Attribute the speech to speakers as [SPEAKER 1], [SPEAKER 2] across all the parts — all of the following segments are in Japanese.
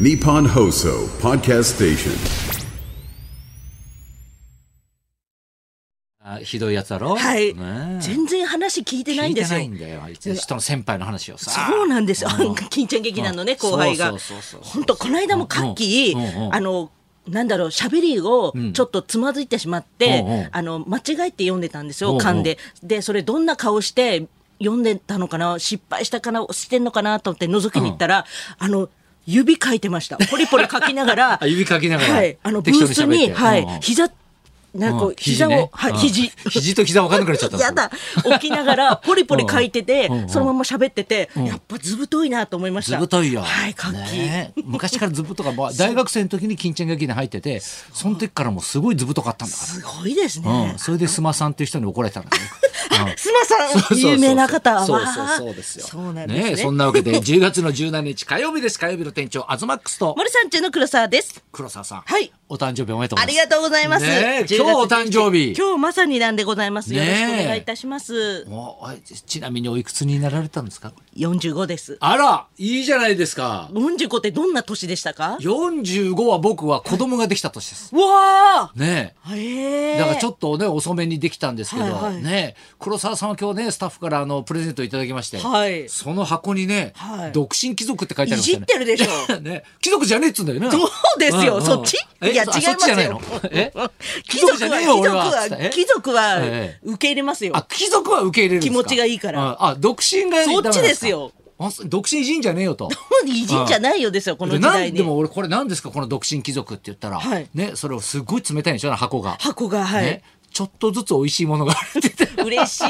[SPEAKER 1] Nippon Hoso Podcast Station.
[SPEAKER 2] あひどいやつだろ
[SPEAKER 3] はい
[SPEAKER 2] ねえ
[SPEAKER 3] 全然話聞いてないんですよ
[SPEAKER 2] 聞い。てないんだよ。人の先輩の話をさ。
[SPEAKER 3] そうなんですよ。
[SPEAKER 2] うん
[SPEAKER 3] 金ちゃん劇団のね、後輩
[SPEAKER 2] そ
[SPEAKER 3] が
[SPEAKER 2] うそうそうそう。
[SPEAKER 3] 本当この間もカッキ
[SPEAKER 2] うんうんう
[SPEAKER 3] ー、
[SPEAKER 2] ん
[SPEAKER 3] あの、なんだろう、喋りを
[SPEAKER 2] ん
[SPEAKER 3] ちょっとつまずいてしまって、
[SPEAKER 2] うんうん
[SPEAKER 3] あの、間違えて読んでたんです
[SPEAKER 2] うん
[SPEAKER 3] よ、
[SPEAKER 2] うん
[SPEAKER 3] 噛んで。で、それどんな顔して読んでたのかな、失敗したかな、してんのかなと思って覗きに行ったら、あの、指書いてました。ポリポリ書きながら
[SPEAKER 2] あ、指かきながら。
[SPEAKER 3] はい、あの、ブ
[SPEAKER 2] 適当
[SPEAKER 3] ース
[SPEAKER 2] 喋って
[SPEAKER 3] に、は
[SPEAKER 2] うんうん
[SPEAKER 3] い、膝、なんかこ
[SPEAKER 2] うん
[SPEAKER 3] う、膝
[SPEAKER 2] ね
[SPEAKER 3] を、はい、
[SPEAKER 2] うん
[SPEAKER 3] 肘。
[SPEAKER 2] 肘と膝分かんなくなっちゃったんです
[SPEAKER 3] や
[SPEAKER 2] よ。
[SPEAKER 3] だ起きながらポリポリ書いてて
[SPEAKER 2] うんうんうん
[SPEAKER 3] そのまま喋ってて
[SPEAKER 2] ん
[SPEAKER 3] やっぱずぶといなと思いまし
[SPEAKER 2] ず
[SPEAKER 3] た
[SPEAKER 2] ぶといよ。
[SPEAKER 3] はいかっき
[SPEAKER 2] ねえ昔からずぶとか、まあ大学生の時に金ちゃん劇団入ってて、その時からもうすごいずぶとかったんだか
[SPEAKER 3] すごいです
[SPEAKER 2] ら。
[SPEAKER 3] ね
[SPEAKER 2] うん。それで須磨さんっていう人に怒られたんだね。うん
[SPEAKER 3] 須磨
[SPEAKER 2] そうそうそうん
[SPEAKER 3] さ
[SPEAKER 2] そう
[SPEAKER 3] 有名な方は
[SPEAKER 2] そうそうそうですよ。
[SPEAKER 3] そうなんです
[SPEAKER 2] え
[SPEAKER 3] ね
[SPEAKER 2] そんなわけで、10月の17日火曜日です。火曜日の店長、アズマックスと
[SPEAKER 3] 森さん中の黒沢です
[SPEAKER 2] 黒沢さん。
[SPEAKER 3] はい
[SPEAKER 2] お誕生日おめでとうございます。
[SPEAKER 3] ありがとうございます
[SPEAKER 2] ねえ
[SPEAKER 3] 10月
[SPEAKER 2] 今日お誕生日
[SPEAKER 3] 今日まさになんでございますよろしく
[SPEAKER 2] ねえ
[SPEAKER 3] お願いいたします
[SPEAKER 2] もうおいちなみにおいくつになられたんですか
[SPEAKER 3] 45です
[SPEAKER 2] あらいいじゃないですか
[SPEAKER 3] 45ってどんな年でしたか
[SPEAKER 2] 45は僕は子供ができた年です
[SPEAKER 3] うわ
[SPEAKER 2] ね
[SPEAKER 3] ーへ
[SPEAKER 2] え
[SPEAKER 3] え
[SPEAKER 2] だからちょ
[SPEAKER 3] っ
[SPEAKER 2] っとね遅めにできたんですけど、
[SPEAKER 3] はいはい
[SPEAKER 2] ねえ黒沢さんは今日ねスタッフからあのプレゼントいただきまして、
[SPEAKER 3] はい
[SPEAKER 2] その箱にね、
[SPEAKER 3] はい
[SPEAKER 2] 独身貴族って書いてあり
[SPEAKER 3] い
[SPEAKER 2] ました
[SPEAKER 3] じっ
[SPEAKER 2] ね
[SPEAKER 3] てるでしょ
[SPEAKER 2] ね貴族じゃねえっつうんだよね
[SPEAKER 3] そうですよ
[SPEAKER 2] んん
[SPEAKER 3] そっち
[SPEAKER 2] え
[SPEAKER 3] いや
[SPEAKER 2] そ
[SPEAKER 3] 違い
[SPEAKER 2] そっちじゃない
[SPEAKER 3] ま
[SPEAKER 2] の
[SPEAKER 3] す
[SPEAKER 2] え貴
[SPEAKER 3] 貴
[SPEAKER 2] 族
[SPEAKER 3] 族
[SPEAKER 2] じゃ
[SPEAKER 3] は
[SPEAKER 2] ねえよ俺は
[SPEAKER 3] 貴
[SPEAKER 2] つっ
[SPEAKER 3] 族
[SPEAKER 2] てえ
[SPEAKER 3] は貴族は
[SPEAKER 2] ええ
[SPEAKER 3] 受け入れますよ
[SPEAKER 2] あ、貴族は受け入れるんですか
[SPEAKER 3] 気持ちがいいから
[SPEAKER 2] うんあ、独身がダメなんか
[SPEAKER 3] そっちですよ。
[SPEAKER 2] あそ独身人じゃねえよと。
[SPEAKER 3] 偉人じゃないよです よ、この
[SPEAKER 2] で
[SPEAKER 3] 時
[SPEAKER 2] な
[SPEAKER 3] 代
[SPEAKER 2] んで
[SPEAKER 3] に。
[SPEAKER 2] も俺これ何ですかこの独身貴族って言ったら、
[SPEAKER 3] はい
[SPEAKER 2] ね、それをすごい冷たいんでしょ箱が。
[SPEAKER 3] 箱が、はい。
[SPEAKER 2] ね、ちょっとずつ美味しいものがあるって言って。
[SPEAKER 3] 嬉し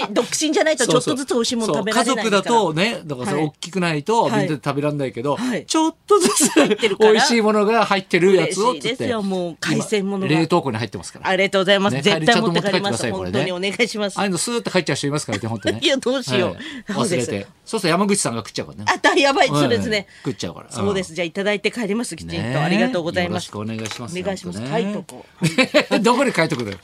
[SPEAKER 3] い。独身じゃない とちょっとずつ美味しいもの食べられない
[SPEAKER 2] そう家族だとね、だからそれ
[SPEAKER 3] はい
[SPEAKER 2] 大きくないと、
[SPEAKER 3] はい
[SPEAKER 2] みんなで食べられないけど、
[SPEAKER 3] はい
[SPEAKER 2] ちょっとずつ
[SPEAKER 3] ってるか
[SPEAKER 2] 美
[SPEAKER 3] ら
[SPEAKER 2] 味しいものが入ってるやつをっつって。
[SPEAKER 3] 嬉しいですよもう海鮮ものが
[SPEAKER 2] 今冷凍庫に入ってますから。
[SPEAKER 3] ありがとうございます。
[SPEAKER 2] ね
[SPEAKER 3] 絶対持って帰りま
[SPEAKER 2] 帰
[SPEAKER 3] す。
[SPEAKER 2] りちゃんと持って帰ってくださいこれ
[SPEAKER 3] 本
[SPEAKER 2] ね
[SPEAKER 3] 当にお願いします。
[SPEAKER 2] ああいうのスーッと入っちゃう人いますからね、本当ね。
[SPEAKER 3] いやどうしよう
[SPEAKER 2] はい忘れ
[SPEAKER 3] そうで
[SPEAKER 2] て。そうすると山口さんが食っちゃうからね。
[SPEAKER 3] あ、大やばい。そうです
[SPEAKER 2] うん
[SPEAKER 3] ね。
[SPEAKER 2] 食っちゃうから。
[SPEAKER 3] そうです。じゃあいただいて帰ります。きちんと。ありがとうございます。
[SPEAKER 2] よろしくお願いします。
[SPEAKER 3] お願いします
[SPEAKER 2] 本当ね
[SPEAKER 3] 書いとこ
[SPEAKER 2] どこに書いとくのよ。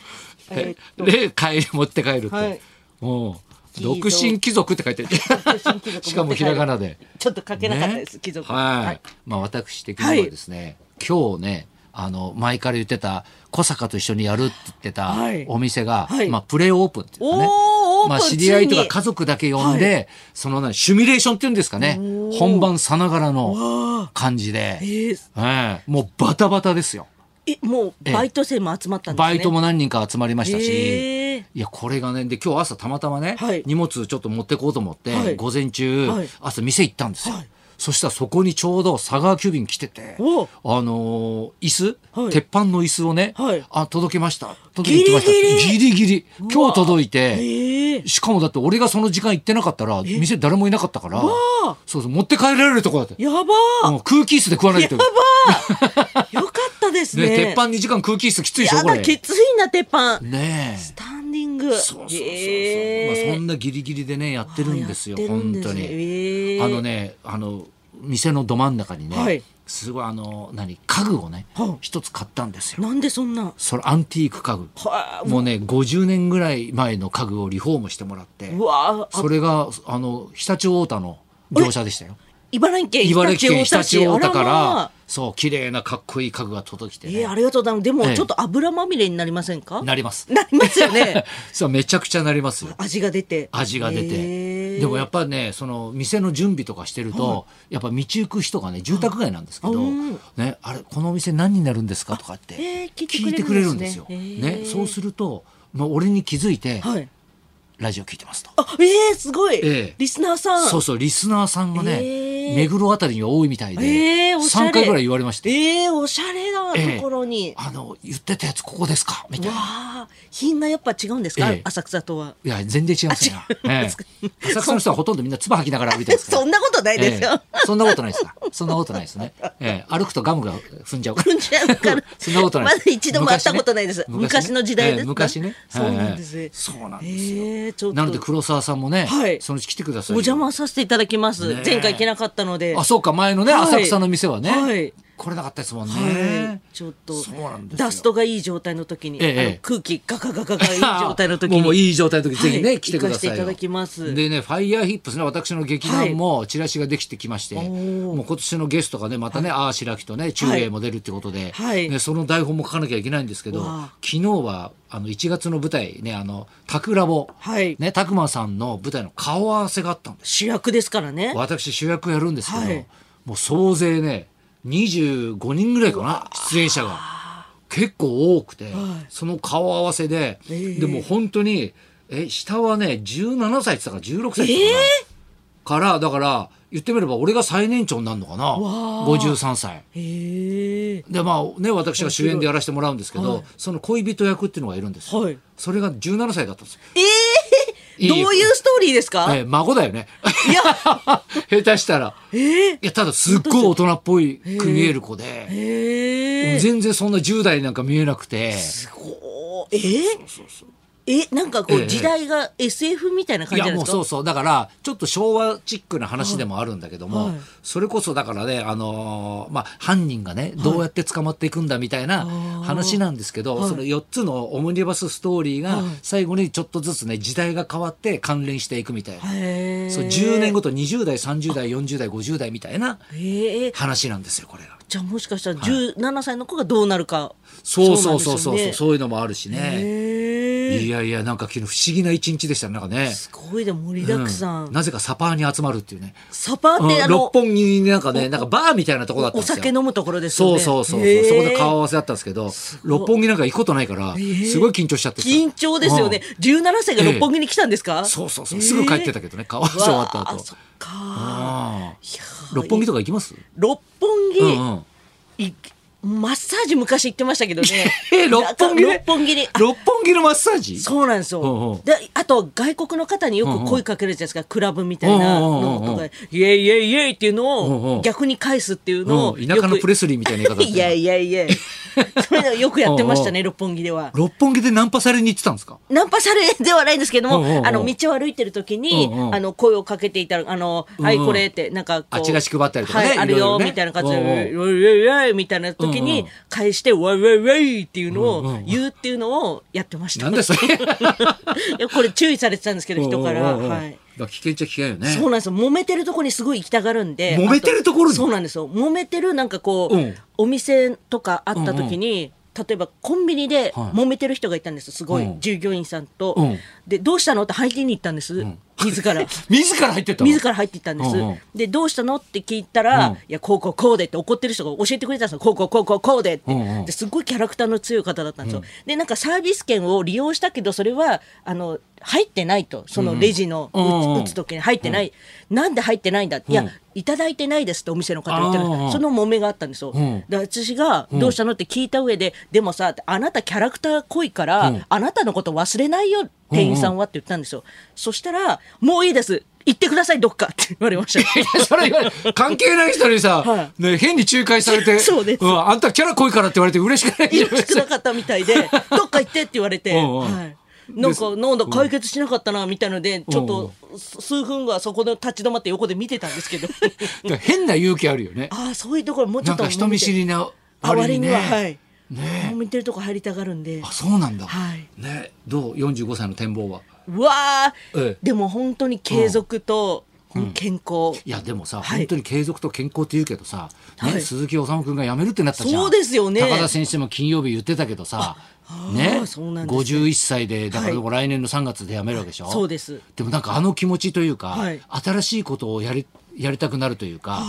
[SPEAKER 3] えーっと
[SPEAKER 2] で、帰り、持って帰るっ
[SPEAKER 3] は
[SPEAKER 2] て
[SPEAKER 3] い。
[SPEAKER 2] うん
[SPEAKER 3] 貴
[SPEAKER 2] 独
[SPEAKER 3] 族
[SPEAKER 2] 身貴族って書いて
[SPEAKER 3] 身貴
[SPEAKER 2] る。
[SPEAKER 3] 族
[SPEAKER 2] しかもひらがなで。
[SPEAKER 3] ちょっと書けなかったです。
[SPEAKER 2] ね
[SPEAKER 3] 貴族。
[SPEAKER 2] はい。。まあ私的にはですね、今日ね、あの前から言ってた小坂と一緒にやるって言ってた
[SPEAKER 3] はい
[SPEAKER 2] お店が、
[SPEAKER 3] はい
[SPEAKER 2] まあプレイオープンっていうかね
[SPEAKER 3] おーオープン
[SPEAKER 2] まあ、知り合いと
[SPEAKER 3] つい
[SPEAKER 2] か
[SPEAKER 3] に
[SPEAKER 2] 家族だけ呼んで、そのなシミュレーションっていうんですかね本番さながらの感じで、
[SPEAKER 3] え
[SPEAKER 2] え
[SPEAKER 3] ー
[SPEAKER 2] えもうバタバタですよ
[SPEAKER 3] え、もうバイト生も集まったんです
[SPEAKER 2] バ
[SPEAKER 3] ね。
[SPEAKER 2] イトも何人か集まりましたし、
[SPEAKER 3] へえ
[SPEAKER 2] いやこれがねで今日朝たまたまね、
[SPEAKER 3] はい
[SPEAKER 2] 荷物ちょっと持ってこうと思って、
[SPEAKER 3] はい
[SPEAKER 2] 午前中、
[SPEAKER 3] はい
[SPEAKER 2] 朝店行ったんですよ、
[SPEAKER 3] はい
[SPEAKER 2] そしたらそこにちょうど佐川急便来ててあ
[SPEAKER 3] お
[SPEAKER 2] のー椅子、
[SPEAKER 3] はい
[SPEAKER 2] 鉄板の椅子をね、
[SPEAKER 3] はい
[SPEAKER 2] あ届けました届けに行きました
[SPEAKER 3] ギリギ
[SPEAKER 2] ギリギリ今日届いて、
[SPEAKER 3] ええ。
[SPEAKER 2] しかもだって俺がその時間行ってなかったら店誰もいなかったからそうそう持って帰られるとこだって
[SPEAKER 3] やばー。
[SPEAKER 2] もう空気椅子で食わない
[SPEAKER 3] や
[SPEAKER 2] と
[SPEAKER 3] ば
[SPEAKER 2] ね
[SPEAKER 3] ー。 よかったですね。
[SPEAKER 2] 鉄板2時間空気椅子きついでしょ
[SPEAKER 3] や
[SPEAKER 2] これ
[SPEAKER 3] だ、きついな、鉄板。
[SPEAKER 2] ねえ
[SPEAKER 3] スタンディング。
[SPEAKER 2] そうそうそうそう、
[SPEAKER 3] へー
[SPEAKER 2] まあ、そんなギリギリでねやってるんですよ
[SPEAKER 3] あやってる
[SPEAKER 2] 本
[SPEAKER 3] んです
[SPEAKER 2] 当
[SPEAKER 3] ね
[SPEAKER 2] に、
[SPEAKER 3] へえ
[SPEAKER 2] あのねあの店のど真ん中にね、
[SPEAKER 3] はい
[SPEAKER 2] すごいあの何家具をね
[SPEAKER 3] はあ
[SPEAKER 2] 一つ買ったんですよ
[SPEAKER 3] なんでそんな。
[SPEAKER 2] それアンティーク家具
[SPEAKER 3] はあ
[SPEAKER 2] もうね50年ぐらい前の家具をリフォームしてもらって
[SPEAKER 3] うわあ
[SPEAKER 2] それがあの常陸太田の業者でしたよ
[SPEAKER 3] 茨城県
[SPEAKER 2] 茨城県常陸太田か
[SPEAKER 3] あま
[SPEAKER 2] ら
[SPEAKER 3] あ
[SPEAKER 2] そう綺麗なかっこいい家具が届きてね、
[SPEAKER 3] えーありがとうございます。で
[SPEAKER 2] え
[SPEAKER 3] も、
[SPEAKER 2] え
[SPEAKER 3] ちょっと油まみれになりませんか
[SPEAKER 2] なります
[SPEAKER 3] なりますよね。
[SPEAKER 2] そうめちゃくちゃなりますよ
[SPEAKER 3] 味が出て。
[SPEAKER 2] 味が出
[SPEAKER 3] へ
[SPEAKER 2] て
[SPEAKER 3] ー
[SPEAKER 2] でもやっぱねその店の準備とかしてると、やっぱ道行く人がね住宅街なんですけど、
[SPEAKER 3] うん
[SPEAKER 2] ね、あれこのお店何になるんですかとかって
[SPEAKER 3] あえー
[SPEAKER 2] 聞
[SPEAKER 3] 聞
[SPEAKER 2] い
[SPEAKER 3] い
[SPEAKER 2] て
[SPEAKER 3] て
[SPEAKER 2] く
[SPEAKER 3] く
[SPEAKER 2] れ
[SPEAKER 3] れ
[SPEAKER 2] る
[SPEAKER 3] る
[SPEAKER 2] ん
[SPEAKER 3] ん
[SPEAKER 2] で
[SPEAKER 3] ですす
[SPEAKER 2] よ
[SPEAKER 3] ね。へ
[SPEAKER 2] ね、
[SPEAKER 3] ー
[SPEAKER 2] そうすると、まあ、俺に気づいて、
[SPEAKER 3] はい。
[SPEAKER 2] ラジオ聞いてますと。
[SPEAKER 3] あ、えー、すごい、
[SPEAKER 2] ええ
[SPEAKER 3] リスナーさん。
[SPEAKER 2] そうそうリスナーさんがね、
[SPEAKER 3] えー
[SPEAKER 2] 目黒あたりに多いみたいで、
[SPEAKER 3] えーおしゃれ
[SPEAKER 2] 3回ぐらい言われました、
[SPEAKER 3] ええおしゃれなところに。
[SPEAKER 2] あの言ってたやつここですかみたい
[SPEAKER 3] わ
[SPEAKER 2] な。
[SPEAKER 3] あ、品がやっぱ違うんですか、
[SPEAKER 2] ええ
[SPEAKER 3] 浅草とは。
[SPEAKER 2] いや全然違いますよ、
[SPEAKER 3] あ違うん
[SPEAKER 2] え
[SPEAKER 3] ですか
[SPEAKER 2] え浅草の人はほとんどみんな唾吐きながら歩いてますから
[SPEAKER 3] そんなことないですよ。
[SPEAKER 2] ええそんなことないですか。そんなことないですね。ええ歩くとガムが踏んじゃうから。
[SPEAKER 3] 踏んじゃうから
[SPEAKER 2] そんなことない
[SPEAKER 3] まだ一度も会ったことないです昔の時代です
[SPEAKER 2] え
[SPEAKER 3] ね
[SPEAKER 2] え昔ね。
[SPEAKER 3] そうなんです
[SPEAKER 2] ええそうなん
[SPEAKER 3] え
[SPEAKER 2] ですよ。
[SPEAKER 3] えちょっと。
[SPEAKER 2] なので黒沢さんもね、
[SPEAKER 3] はい
[SPEAKER 2] そのうち来てくださいよ。
[SPEAKER 3] お邪魔させていただきます。
[SPEAKER 2] ねえ
[SPEAKER 3] 前回行けなかったので。
[SPEAKER 2] あ、そうか前のね
[SPEAKER 3] はい
[SPEAKER 2] 浅草の店はね。
[SPEAKER 3] はい
[SPEAKER 2] 来れなかったですもんね。
[SPEAKER 3] はい、ちょっと
[SPEAKER 2] そうなんですよ
[SPEAKER 3] ダストがいい状態の時に、
[SPEAKER 2] ええ
[SPEAKER 3] あの空気ガカガカガいい状態の時
[SPEAKER 2] も
[SPEAKER 3] に
[SPEAKER 2] うもういい状態の時ぜひね、
[SPEAKER 3] はい
[SPEAKER 2] 来てくださいよ
[SPEAKER 3] 行かせていただきます
[SPEAKER 2] でねファイヤーヒップスね私の劇団もチラシができてきまして、もう今年のゲストがねまたね、ああ白木とね中英も出るってことで、
[SPEAKER 3] はい
[SPEAKER 2] ね、その台本も書かなきゃいけないんですけど
[SPEAKER 3] わあ
[SPEAKER 2] 昨日はあの1月の舞台ねあのタクラボ、
[SPEAKER 3] はい
[SPEAKER 2] ねタクマさんの舞台の顔合わせがあったんです
[SPEAKER 3] 主役ですからね
[SPEAKER 2] 私主役やるんですけど、
[SPEAKER 3] はい
[SPEAKER 2] もう総勢ね25人ぐらいかな出演者が結構多くて、その顔合わせで、でも本当にえ下はね17歳って言ってたから16歳って言ってたかな、からだから言ってみれば俺が最年長になるのかな53歳。
[SPEAKER 3] へえ
[SPEAKER 2] でまあね私が主演でやらせてもらうんですけど、その恋人役っていうのがいるんですよ、
[SPEAKER 3] はい
[SPEAKER 2] それが17歳だったんですよ。
[SPEAKER 3] え
[SPEAKER 2] いい
[SPEAKER 3] どういうストーリーですか、
[SPEAKER 2] えー孫だよね。
[SPEAKER 3] いや
[SPEAKER 2] 下手したら。いや、ただすっごい大人っぽいく見える子で、
[SPEAKER 3] へえ
[SPEAKER 2] 全然そんな10代なんか見えなくて、
[SPEAKER 3] すごいええなんかこ
[SPEAKER 2] ええ
[SPEAKER 3] う時代が SF みたいな感
[SPEAKER 2] い
[SPEAKER 3] じな
[SPEAKER 2] や
[SPEAKER 3] んで
[SPEAKER 2] もう
[SPEAKER 3] す
[SPEAKER 2] そ
[SPEAKER 3] か
[SPEAKER 2] うそう、だから、ちょっと昭和チックな話でもあるんだけども、
[SPEAKER 3] はい
[SPEAKER 2] それこそだからね、あのーまあ、犯人がね、どうやって捕まっていくんだみたいな話なんですけど、その4つのオムニバスストーリーが、最後にちょっとずつね、時代が変わって関連していくみたいな。
[SPEAKER 3] へえ
[SPEAKER 2] そう10年ごと20代、30代、40代、50代みたいな
[SPEAKER 3] へえ
[SPEAKER 2] 話なんですよ、これが。
[SPEAKER 3] じゃあもしかしたら17歳の子がどうなるか
[SPEAKER 2] そうそうそうそうそう、
[SPEAKER 3] なんですよ
[SPEAKER 2] そういうのもあるしね。
[SPEAKER 3] ねへえ
[SPEAKER 2] いやいや、なんか昨日不思議な一日でしたね、なんかね。
[SPEAKER 3] すごいで盛りだくさん、
[SPEAKER 2] うんなぜかサパーに集まるっていうね。
[SPEAKER 3] サパーって
[SPEAKER 2] う
[SPEAKER 3] あ
[SPEAKER 2] ん
[SPEAKER 3] の
[SPEAKER 2] 六本木になんかね、なんかバーみたいなとこだったん
[SPEAKER 3] お
[SPEAKER 2] ですよ。
[SPEAKER 3] 酒飲むところですよ
[SPEAKER 2] そう
[SPEAKER 3] ね
[SPEAKER 2] そうそうそう。
[SPEAKER 3] へー
[SPEAKER 2] そこで顔合わせだったんですけど、六本木なんか行くことないから、すごい緊張しちゃってさ
[SPEAKER 3] 緊張ですよね。17歳が六本木に来たんですか、
[SPEAKER 2] うんそうそうそう。すぐ帰ってたけどね、顔合わせ終わった
[SPEAKER 3] わあ
[SPEAKER 2] 後
[SPEAKER 3] そ。っか
[SPEAKER 2] ああ
[SPEAKER 3] ー
[SPEAKER 2] 六本木とか行きます
[SPEAKER 3] 六本木、
[SPEAKER 2] うんうん。
[SPEAKER 3] いマッサージ昔行ってましたけどね
[SPEAKER 2] え、 六本木
[SPEAKER 3] 六本木にあ
[SPEAKER 2] 六本木のマッサージ
[SPEAKER 3] そうなんですよ、
[SPEAKER 2] うんうん
[SPEAKER 3] であと外国の方によく声かけるじゃないですか、クラブみたいなの
[SPEAKER 2] うんうん
[SPEAKER 3] と
[SPEAKER 2] うんう
[SPEAKER 3] か
[SPEAKER 2] ん
[SPEAKER 3] イエイイエイイエイっていう
[SPEAKER 2] うんう
[SPEAKER 3] の
[SPEAKER 2] ん
[SPEAKER 3] を逆に返すっていうのを、
[SPEAKER 2] うん。田舎のプレスリーみたいな言い方
[SPEAKER 3] いやいやいやそれよくやってましたね
[SPEAKER 2] う
[SPEAKER 3] 六本木では
[SPEAKER 2] 六本木でナンパされに行ってたんですか
[SPEAKER 3] ナンパされではないんですけども、
[SPEAKER 2] うんうんうん
[SPEAKER 3] あの道を歩いてる時に、
[SPEAKER 2] うんうん
[SPEAKER 3] あの声をかけていたら「あの、はいこれ」ってなんかこう
[SPEAKER 2] あチラシ配ったりとかね
[SPEAKER 3] はい、あ
[SPEAKER 2] いろ
[SPEAKER 3] る
[SPEAKER 2] いろ
[SPEAKER 3] よ
[SPEAKER 2] ね
[SPEAKER 3] みたいな感じで
[SPEAKER 2] う
[SPEAKER 3] 「
[SPEAKER 2] んう
[SPEAKER 3] ウ
[SPEAKER 2] ん
[SPEAKER 3] ェイウェイウェイ」みたいな時
[SPEAKER 2] うん
[SPEAKER 3] に
[SPEAKER 2] うん
[SPEAKER 3] 返して「ウェイウェイウェイ」っていうの
[SPEAKER 2] うんう
[SPEAKER 3] を
[SPEAKER 2] ん
[SPEAKER 3] 言うっていうのをやってました、
[SPEAKER 2] なんでそれ
[SPEAKER 3] いやこれ注意されてたんですけど人から、
[SPEAKER 2] うんうんうん
[SPEAKER 3] は
[SPEAKER 2] だ
[SPEAKER 3] い
[SPEAKER 2] か。ら危険っちゃ危険よね。
[SPEAKER 3] そうなんですよ揉めてるとこにすごい行きたがるんで
[SPEAKER 2] 揉めてるところに
[SPEAKER 3] あそうなんですよ揉めてるなんかこう、
[SPEAKER 2] うん
[SPEAKER 3] お店とかあった時に、例えばコンビニで
[SPEAKER 2] はい
[SPEAKER 3] 揉めてる人がいたんですすごい、
[SPEAKER 2] うん
[SPEAKER 3] 従業員さんと、
[SPEAKER 2] うん
[SPEAKER 3] でどうしたのって入りに行ったんです、自ら
[SPEAKER 2] 自ら入ってったの
[SPEAKER 3] 自ら入っていったんです、
[SPEAKER 2] うんうん
[SPEAKER 3] でどうしたのって聞いたら、
[SPEAKER 2] うん
[SPEAKER 3] いやこうこうこうでって怒ってる人が教えてくれたんですよこうこうこうこうこうでって、
[SPEAKER 2] うんうん
[SPEAKER 3] ですごいキャラクターの強い方だったんですよ、でなんかサービス券を利用したけどそれはあの入ってないとそのレジの打つ,、
[SPEAKER 2] うんうん
[SPEAKER 3] 打つ時に入ってない、なんで入ってないんだって、いやいただいてないですってお店の方が言ってる
[SPEAKER 2] あー
[SPEAKER 3] その揉めがあったんですよ、
[SPEAKER 2] ん
[SPEAKER 3] で私がどうしたのって聞いた上で、でもさあなたキャラクター濃いから、あなたのこと忘れないよ店員さんはって言ったんですよ、そしたらもういいです行ってくださいどっかって言われ ました
[SPEAKER 2] それ言われ関係ない人にさ、
[SPEAKER 3] は
[SPEAKER 2] ね、変に仲介されて
[SPEAKER 3] そうです
[SPEAKER 2] んあんたキャラ濃いからって言われて嬉しくないじゃないです
[SPEAKER 3] 少なかったみたいでどっか行ってって言われて、
[SPEAKER 2] うんうん
[SPEAKER 3] はい、なんかなんだ解決しなかったなみたいのでちょっとす数分はそこで立ち止まって横で見てたんです けど
[SPEAKER 2] か 変な勇気あるよね
[SPEAKER 3] ああそういうところもうちょ
[SPEAKER 2] な
[SPEAKER 3] っ
[SPEAKER 2] ん
[SPEAKER 3] と
[SPEAKER 2] か人見知りな
[SPEAKER 3] あ割
[SPEAKER 2] 割
[SPEAKER 3] に
[SPEAKER 2] にね
[SPEAKER 3] ははい揉めてるとこ入りたがるんで
[SPEAKER 2] あそうなんだ、
[SPEAKER 3] はい
[SPEAKER 2] ねどう45歳の展望は
[SPEAKER 3] うわー、
[SPEAKER 2] ええ
[SPEAKER 3] でも本当に継続と健康、
[SPEAKER 2] いやでもさ、
[SPEAKER 3] はい
[SPEAKER 2] 本当に継続と健康って言うけどさ、ね
[SPEAKER 3] はい
[SPEAKER 2] 鈴木治君が辞めるってなったじゃん
[SPEAKER 3] そうですよね
[SPEAKER 2] 高田先生も金曜日言ってたけどさね
[SPEAKER 3] そうなんですね
[SPEAKER 2] 51歳でだから
[SPEAKER 3] は
[SPEAKER 2] 来年の3月で辞めるわけでしょ、
[SPEAKER 3] そうです
[SPEAKER 2] でもなんかあの気持ちというか、
[SPEAKER 3] はい
[SPEAKER 2] 新しいことをやりやりたくなるというか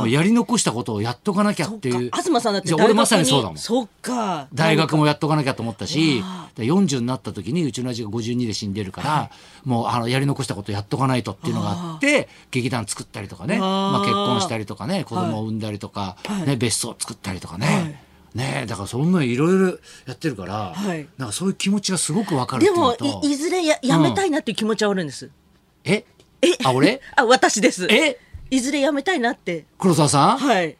[SPEAKER 2] もうやり残したことをやっとかなきゃっていう
[SPEAKER 3] あ東さんだって
[SPEAKER 2] いや
[SPEAKER 3] 大学に
[SPEAKER 2] 俺まさにそうだもん
[SPEAKER 3] そっか
[SPEAKER 2] 大学もやっとかなきゃと思ったしで40になった時にうちの親父が52で死んでるから、もうあのやり残したことやっとかないとっていうのがあって劇団作ったりとかね
[SPEAKER 3] あー
[SPEAKER 2] まあ、結婚したりとかね子供を産んだりとか、ね、別荘を作ったりとかね。ねだからそんないろいろやってるから、
[SPEAKER 3] はい
[SPEAKER 2] なんかそういう気持ちがすごくわかるってい
[SPEAKER 3] で
[SPEAKER 2] うの
[SPEAKER 3] も
[SPEAKER 2] と
[SPEAKER 3] いいずれややめたいなっていう気持ちはあるんです、
[SPEAKER 2] えあ俺
[SPEAKER 3] あ私です
[SPEAKER 2] え
[SPEAKER 3] いずれやめたいなって
[SPEAKER 2] 黒沢さん
[SPEAKER 3] はい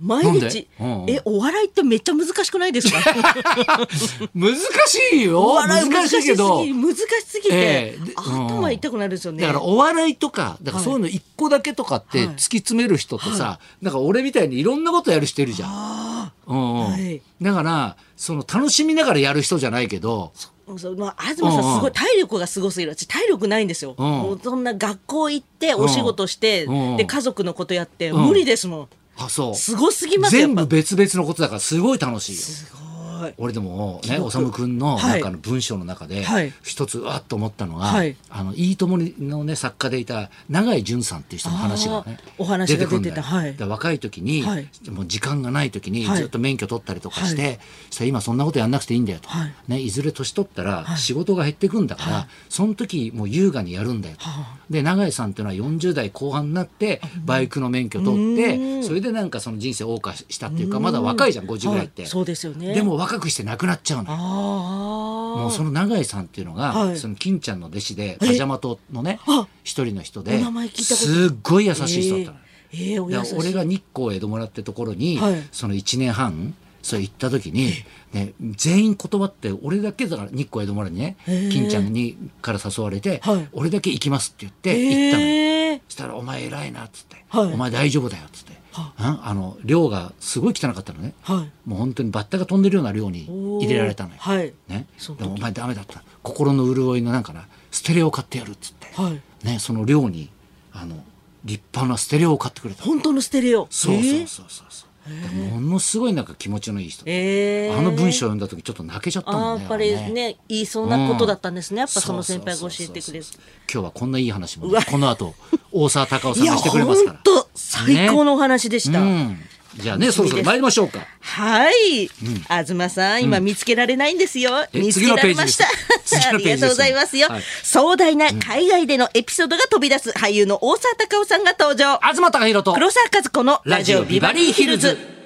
[SPEAKER 3] 毎日、
[SPEAKER 2] なんでうん
[SPEAKER 3] えお笑いってめっちゃ難しくないですか
[SPEAKER 2] 難しいよ
[SPEAKER 3] お笑い
[SPEAKER 2] 難
[SPEAKER 3] 難
[SPEAKER 2] し
[SPEAKER 3] し
[SPEAKER 2] いけ
[SPEAKER 3] すぎ
[SPEAKER 2] ど
[SPEAKER 3] 難しすぎて、
[SPEAKER 2] ええでうん
[SPEAKER 3] 頭痛くなるんですよね
[SPEAKER 2] だからお笑いとかだから
[SPEAKER 3] はい
[SPEAKER 2] そういうの一個だけとかって
[SPEAKER 3] はい
[SPEAKER 2] 突き詰める人とさ、なんか俺みたいにいろんなことやる人いるじゃん。うんうん
[SPEAKER 3] はい
[SPEAKER 2] だからその楽しみながらやる人じゃないけど
[SPEAKER 3] そうまあ、東さんす
[SPEAKER 2] うんう
[SPEAKER 3] ご
[SPEAKER 2] ん
[SPEAKER 3] い体力がすごすぎる私体力ないんですよ、
[SPEAKER 2] うん
[SPEAKER 3] もうそんな学校行ってお仕事して、
[SPEAKER 2] うん
[SPEAKER 3] で家族のことやって、
[SPEAKER 2] うん
[SPEAKER 3] 無理ですもん
[SPEAKER 2] あそう
[SPEAKER 3] すごすぎますよ
[SPEAKER 2] 全部別々のことだからすごい楽しいよ。
[SPEAKER 3] すごい
[SPEAKER 2] 俺でもね、
[SPEAKER 3] 記録
[SPEAKER 2] おさむくんの
[SPEAKER 3] はい
[SPEAKER 2] 中の文章の中で
[SPEAKER 3] はい、
[SPEAKER 2] 一つわっと思ったのが、
[SPEAKER 3] はい
[SPEAKER 2] あの、いいとものね、作家でいた永井淳さんっていう人の話がね
[SPEAKER 3] あー、お話が出てた
[SPEAKER 2] くんだよ
[SPEAKER 3] はい
[SPEAKER 2] で若い時に、
[SPEAKER 3] はい
[SPEAKER 2] もう時間がない時に、
[SPEAKER 3] はい
[SPEAKER 2] ずっと免許取ったりとかして、
[SPEAKER 3] は
[SPEAKER 2] そしたら今そんなことやんなくていいんだよと。
[SPEAKER 3] はい
[SPEAKER 2] ね、いずれ年取ったら
[SPEAKER 3] い
[SPEAKER 2] 仕事が減ってくんだから、
[SPEAKER 3] はい
[SPEAKER 2] その時もう優雅にやるんだよと。
[SPEAKER 3] は
[SPEAKER 2] で、永井さんっていうのは40代後半になって、バイクの免許取っ
[SPEAKER 3] う
[SPEAKER 2] て、
[SPEAKER 3] ん
[SPEAKER 2] それでなんかその人生を謳歌したっていうか、まだ若いじゃん、50ぐらいって。
[SPEAKER 3] はそうですよね
[SPEAKER 2] でも若くして亡くなっちゃうのよ。
[SPEAKER 3] ああ
[SPEAKER 2] もうその永井さんっていうのが、
[SPEAKER 3] はい
[SPEAKER 2] その金ちゃんの弟子でパジャマ党のね
[SPEAKER 3] あ
[SPEAKER 2] 一人の人
[SPEAKER 3] お
[SPEAKER 2] で
[SPEAKER 3] 名前聞いたこと
[SPEAKER 2] すっごい優しい人だったのよ。
[SPEAKER 3] えーえーお
[SPEAKER 2] で
[SPEAKER 3] 優しい
[SPEAKER 2] 俺が日光江戸村ってところに、
[SPEAKER 3] はい
[SPEAKER 2] その1年半それ行った時に、ね、全員断って俺だけだから日光江戸村にね、
[SPEAKER 3] へえ
[SPEAKER 2] 金ちゃんにから誘われて、
[SPEAKER 3] はい
[SPEAKER 2] 俺だけ行きますって言って行ったのよ。
[SPEAKER 3] えー
[SPEAKER 2] そしたら「お前偉いな」っつって「
[SPEAKER 3] はい
[SPEAKER 2] お前大丈夫だよ」っつって、
[SPEAKER 3] は
[SPEAKER 2] うんあの量がすごい汚かったのね、
[SPEAKER 3] はい
[SPEAKER 2] もう本当にバッタが飛んでるような量に
[SPEAKER 3] おー
[SPEAKER 2] 入れられたのよ。
[SPEAKER 3] はい
[SPEAKER 2] ね、
[SPEAKER 3] その時
[SPEAKER 2] でもお前ダメだった心の潤いのなんかなステレオ買ってやるっつって、
[SPEAKER 3] はい
[SPEAKER 2] ね、その寮にあの立派なステレオを買ってくれた
[SPEAKER 3] 本当のステレオ
[SPEAKER 2] そうそうそうそうそう、でものすごいなんか気持ちのいい人、
[SPEAKER 3] えーえー
[SPEAKER 2] あの文章を読んだ時ちょっと泣けちゃった
[SPEAKER 3] あ
[SPEAKER 2] もん
[SPEAKER 3] ー
[SPEAKER 2] ね
[SPEAKER 3] やっぱり
[SPEAKER 2] あれ
[SPEAKER 3] ね言いそうなことだったんですね、やっ
[SPEAKER 2] そ
[SPEAKER 3] ぱ
[SPEAKER 2] う
[SPEAKER 3] そ
[SPEAKER 2] そう
[SPEAKER 3] の
[SPEAKER 2] そう
[SPEAKER 3] 先輩が
[SPEAKER 2] そ
[SPEAKER 3] 教
[SPEAKER 2] うそう
[SPEAKER 3] えてくれる
[SPEAKER 2] 今日はこんないい話も
[SPEAKER 3] うわ
[SPEAKER 2] この後大沢たかおさん
[SPEAKER 3] いや
[SPEAKER 2] がしてくれますから
[SPEAKER 3] 本当最高のお話でした、
[SPEAKER 2] うん、じゃあねそろそろ参りましょうか
[SPEAKER 3] はい、東さん今見つけられないんですよ、
[SPEAKER 2] え
[SPEAKER 3] 見つけられました
[SPEAKER 2] 次
[SPEAKER 3] あ
[SPEAKER 2] のページです次のペー
[SPEAKER 3] り
[SPEAKER 2] ジです
[SPEAKER 3] がとうございますよ、
[SPEAKER 2] はい
[SPEAKER 3] 壮大な海外でのエピソードが飛び出す俳優の大沢たかおさんが登場
[SPEAKER 2] 東隆弘と
[SPEAKER 3] 黒沢和子のラジオビバリーヒルズ